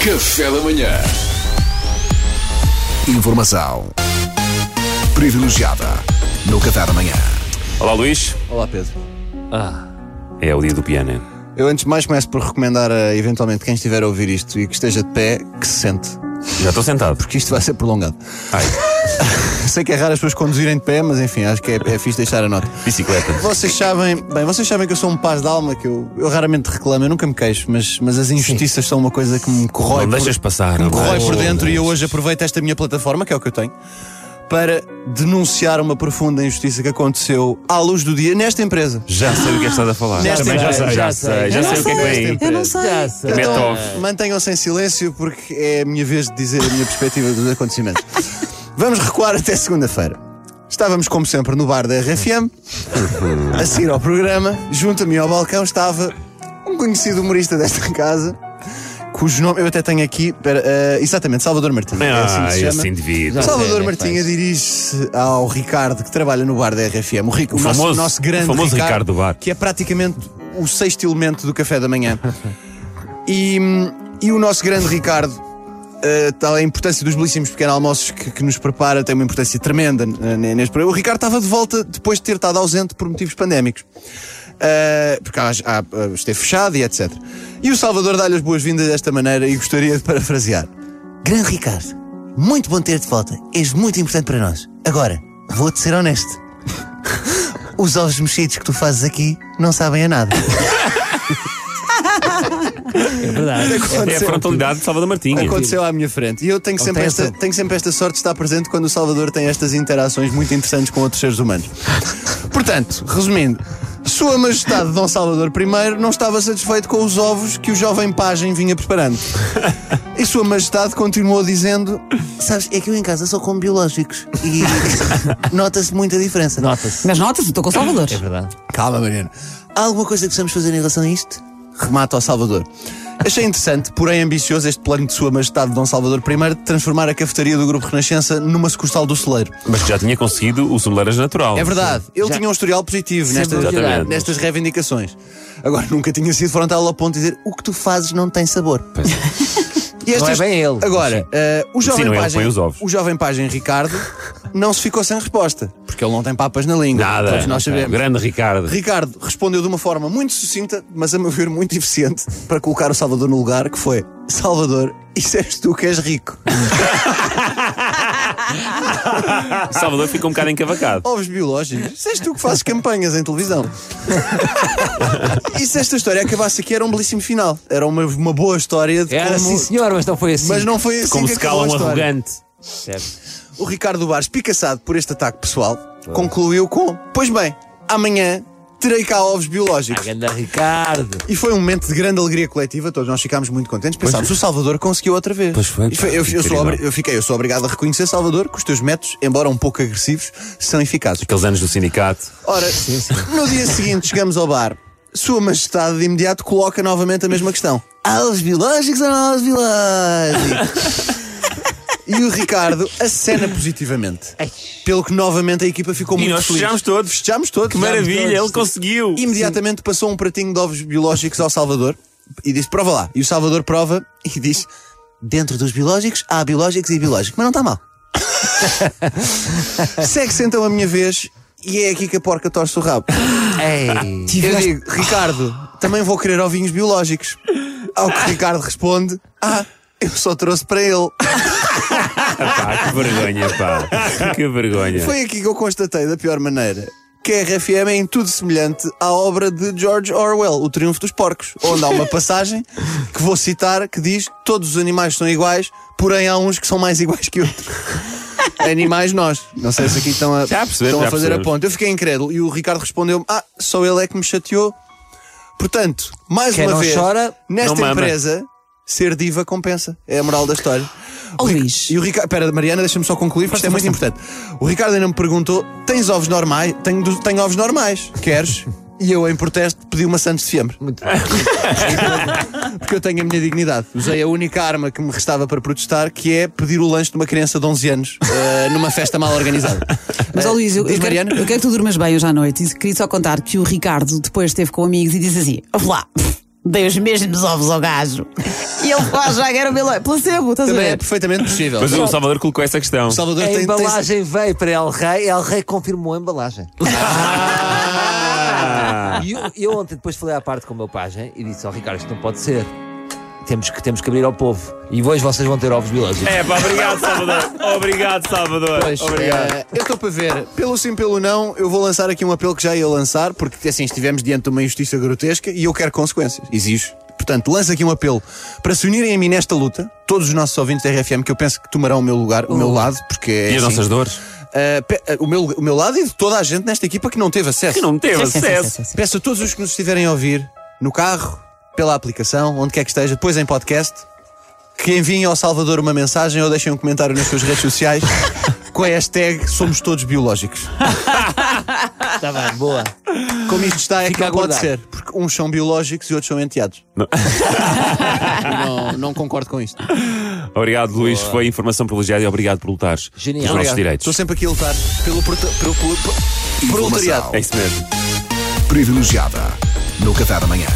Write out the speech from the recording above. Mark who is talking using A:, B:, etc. A: Café da Manhã. Informação privilegiada no Café da Manhã.
B: Olá Luís.
C: Olá Pedro.
B: É o dia do piano. é.
C: Eu antes de mais começo por recomendar a eventualmente quem estiver a ouvir isto e que esteja de pé, que se sente,
B: Já estou sentado.
C: porque isto vai ser prolongado.
B: Ai,
C: Sei que é raro as pessoas conduzirem de pé, mas enfim, acho que é, é fixe deixar a nota.
B: bicicleta.
C: Vocês sabem, bem, vocês sabem que eu sou um paz de alma, que eu, eu raramente reclamo, eu nunca me queixo, mas, mas as injustiças são uma coisa que me corrói.
B: Não
C: por-
B: deixas passar,
C: que me
B: não
C: corrói
B: deixas.
C: por dentro
B: Não
C: e eu hoje aproveito esta minha plataforma, que é o que eu tenho, para denunciar uma profunda injustiça que aconteceu à luz do dia nesta empresa.
B: Já sei o que é que estás a falar.
C: Nesta
B: Também já,
C: empresa.
B: sei, já sei, já sei,
D: Eu não
B: o que é que
D: sei.
B: vem
C: assim
B: aí.
D: Eu não sei.
B: Mete off.
C: Mantenham-se em silêncio porque é a minha vez de dizer a minha perspectiva dos acontecimentos. Vamos recuar até segunda-feira. Estávamos, como sempre, no bar da RFM, a seguir ao programa. Junto a mim ao balcão estava um conhecido humorista desta casa, cujo nome eu até tenho aqui, pera, eh, exatamente, Salvador Martins. é assim
B: Ah,
C: que se chama.
B: esse indivíduo.
C: Salvador
D: é que
C: Martinha dirige-se ao Ricardo, que trabalha no bar da RFM. O, Ric- o nosso,
B: famoso-
C: nosso grande
B: o famoso Ricardo do bar.
C: Que é praticamente o sexto elemento do café da manhã. e, e o nosso grande Ricardo, eh, tal a importância dos belíssimos pequenos almoços que, que nos prepara, tem uma importância tremenda eh, ne- neste programa. O Ricardo estava de volta depois de ter estado ausente por motivos pandémicos. Eh, porque há, há, eh, esteve fechado e etc. E o Salvador dá-lhe as boas-vindas desta maneira e gostaria de parafrasear. Grande Ricardo, muito bom ter-te de volta. És muito importante para nós. Agora, vou-te ser honesto. Os ovos mexidos que tu fazes aqui não sabem a nada.
D: É verdade.
B: É a frontalidade de Salvador Martins.
C: Aconteceu à minha frente. E eu tenho sempre,
D: Acontece.
C: esta, tenho sempre esta sorte de estar presente quando o Salvador tem estas interações muito interessantes com outros seres humanos. Portanto, resumindo, Sua Majestade Dom Salvador I não estava satisfeito com os ovos que o jovem pajem vinha preparando. E Sua Majestade continuou dizendo: Sabes, é que eu em casa só como biológicos e nota-se muita diferença.
D: Nota-se. Mas nota-se, estou com Salvador. É verdade.
C: Calma, Mariana. Há alguma coisa que possamos fazer em relação a isto? Remata ao Salvador. Achei interessante, porém ambicioso, este plano de Sua Majestade Dom Salvador I de transformar a cafetaria do Grupo Renascença numa sucursal do celeiro.
B: Mas que já tinha conseguido o Subleiras Natural.
C: É verdade, ele
D: Já-
C: tinha um historial positivo nestas,
D: vou
B: jurar.
C: nestas reivindicações. Agora, nunca tinha sido frontal ao ponto de dizer o que tu fazes não tem sabor. E
D: Não é bem ele,
C: Agora, eh, o, jovem
B: não é ele,
C: pajem,
B: põe os ovos.
C: o jovem pajem Ricardo não se ficou sem resposta, porque ele não tem papas na língua.
B: Nada.
C: Todos nós
B: O
C: sabemos.
B: Grande Ricardo.
C: Ricardo respondeu de uma forma muito sucinta, mas a meu ver muito eficiente, para colocar o Salvador no lugar, que foi Salvador, isso és tu que és rico.
B: Salvador fica um bocado encavacado.
C: Ovos biológicos, isso és tu que fazes campanhas em televisão. e se esta história acabasse aqui era um belíssimo final. Era uma, uma boa história de
D: Era
C: como...
D: sim, senhor, mas não foi assim.
C: Mas não foi assim
B: Como
C: que
B: se cala
C: acabou
B: um
C: a história.
B: arrogante.
C: O Ricardo Bares, picaçado por este ataque pessoal, concluiu com Pois bem, amanhã terei cá ovos
B: Ah,
C: biológicos.
D: Ganda Ricardo.
C: E foi um momento de grande alegria coletiva, todos nós ficámos muito contentes. Pensámos, o Salvador conseguiu outra vez.
B: Pois foi,
C: E eu, eu sou
B: incrível.
C: obri- eu fiquei, eu sou obrigado a reconhecer, Salvador, que os teus métodos, embora um pouco agressivos, são eficazes.
B: Aqueles anos do sindicato.
C: Ora, no dia seguinte chegamos ao bar. Sua Majestade de imediato coloca novamente a mesma questão. Aos biológicos ou não aos biológicos? e o Ricardo acena positivamente. Pelo que novamente a equipa ficou
B: E
C: muito
B: nós
C: feliz.
B: festejámos todos.
C: Festejámos todos.
B: Que maravilha, ele
C: Festejámos todos.
B: conseguiu.
C: Imediatamente passou um pratinho de ovos biológicos ao Salvador e disse: prova lá. E o Salvador prova e diz: dentro dos biológicos há biológicos e biológicos, mas não está mal. Segue-se então a minha vez e é aqui que a porca torce o rabo.
D: Ei.
C: Eu digo, Ricardo, também vou querer ovinhos biológicos. Ao que Ricardo responde: Ah, eu só trouxe para ele.
B: Pá, que vergonha, pá. Que vergonha.
C: Foi aqui que eu constatei da pior maneira. Que a RFM é em tudo semelhante à obra de George Orwell, O Triunfo dos Porcos, onde há uma passagem que vou citar que diz: Todos os animais são iguais, porém há uns que são mais iguais que outros. Animais, nós. Não sei se aqui estão a,
B: Já percebemos,
C: estão a
B: já
C: fazer a
B: percebemos.
C: ponta. Eu fiquei incrédulo e o Ricardo respondeu-me: Ah, só ele é que me chateou. Portanto, mais
D: Quem
C: uma
D: não
C: vez,
D: chora,
C: nesta
B: não mama.
C: empresa, ser diva compensa. É a moral da história.
D: Ó, Luís.
C: E o Ricardo, pera, Mariana, deixa-me só concluir, porque isto é muito importante. O Ricardo ainda me perguntou: tens ovos normais? Tenho, do- tenho ovos normais, queres? E eu, em protesto, pedi uma Santos de Fiambre. Muito bem. Porque eu tenho a minha dignidade. Usei a única arma que me restava para protestar, que é pedir o lanche de uma criança de 11 anos, eh, numa festa mal organizada.
D: Mas, ó, Luís, eu,
C: Diz
D: eu quero,
C: Mariana?
D: eu quero que tu durmas bem hoje à noite. E queria só contar que o Ricardo depois esteve com amigos e disse assim: Olá,
E: Dei os mesmos ovos ao gajo. E ele faz já que era pelo placebo, estás
C: Também
E: a
C: é
E: ver?
C: perfeitamente possível.
B: Mas o Salvador colocou essa questão.
C: O Salvador
D: A
C: tem, tem.
D: embalagem veio para El Rei, El Rei confirmou a embalagem.
B: Ah.
D: E eu, eu ontem depois falei à parte com o meu página e disse: Ó Ricardo, isto não pode ser. Temos que, temos que abrir ao povo. E hoje vocês vão ter ovos biológicos.
B: É, pá, obrigado, Salvador. Obrigado, Salvador.
C: Pois,
B: obrigado.
C: eh, eu estou para ver, pelo sim, pelo não, eu vou lançar aqui um apelo que já ia lançar, porque assim estivemos diante de uma injustiça grotesca e eu quero consequências. Exijo. Portanto, lanço aqui um apelo para se unirem a mim nesta luta, todos os nossos ouvintes da RFM, que eu penso que tomarão o meu lugar, o meu lado, porque é
B: Oh. E as
C: assim,
B: nossas dores?
C: eh, pe- eh, o, meu, o meu lado e de toda a gente nesta equipa que não teve acesso.
B: Que não teve
D: é,
E: Sim, sim, sim,
B: acesso.
E: sim, sim.
C: Peço a todos os que nos estiverem a ouvir, no carro, pela aplicação, onde quer que esteja, depois em podcast, que enviem ao Salvador uma mensagem ou deixem um comentário nas suas redes sociais com a hashtag Somos Todos Biológicos.
D: Está bem, boa.
C: Como isto está, é que
D: Fica
C: não
D: a
C: pode
D: guardar.
C: ser, porque uns são biológicos e outros são enteados.
B: Não.
C: E não, não concordo com isto.
B: Obrigado, Luís. Foi informação privilegiada e obrigado por lutares
D: Genial.
B: pelos nossos
D: Obrigado.
B: direitos.
C: Estou sempre aqui a lutar pelo, prota- pelo, pelo, pelo proletariado.
B: É isso mesmo.
A: privilegiada no Café da Manhã.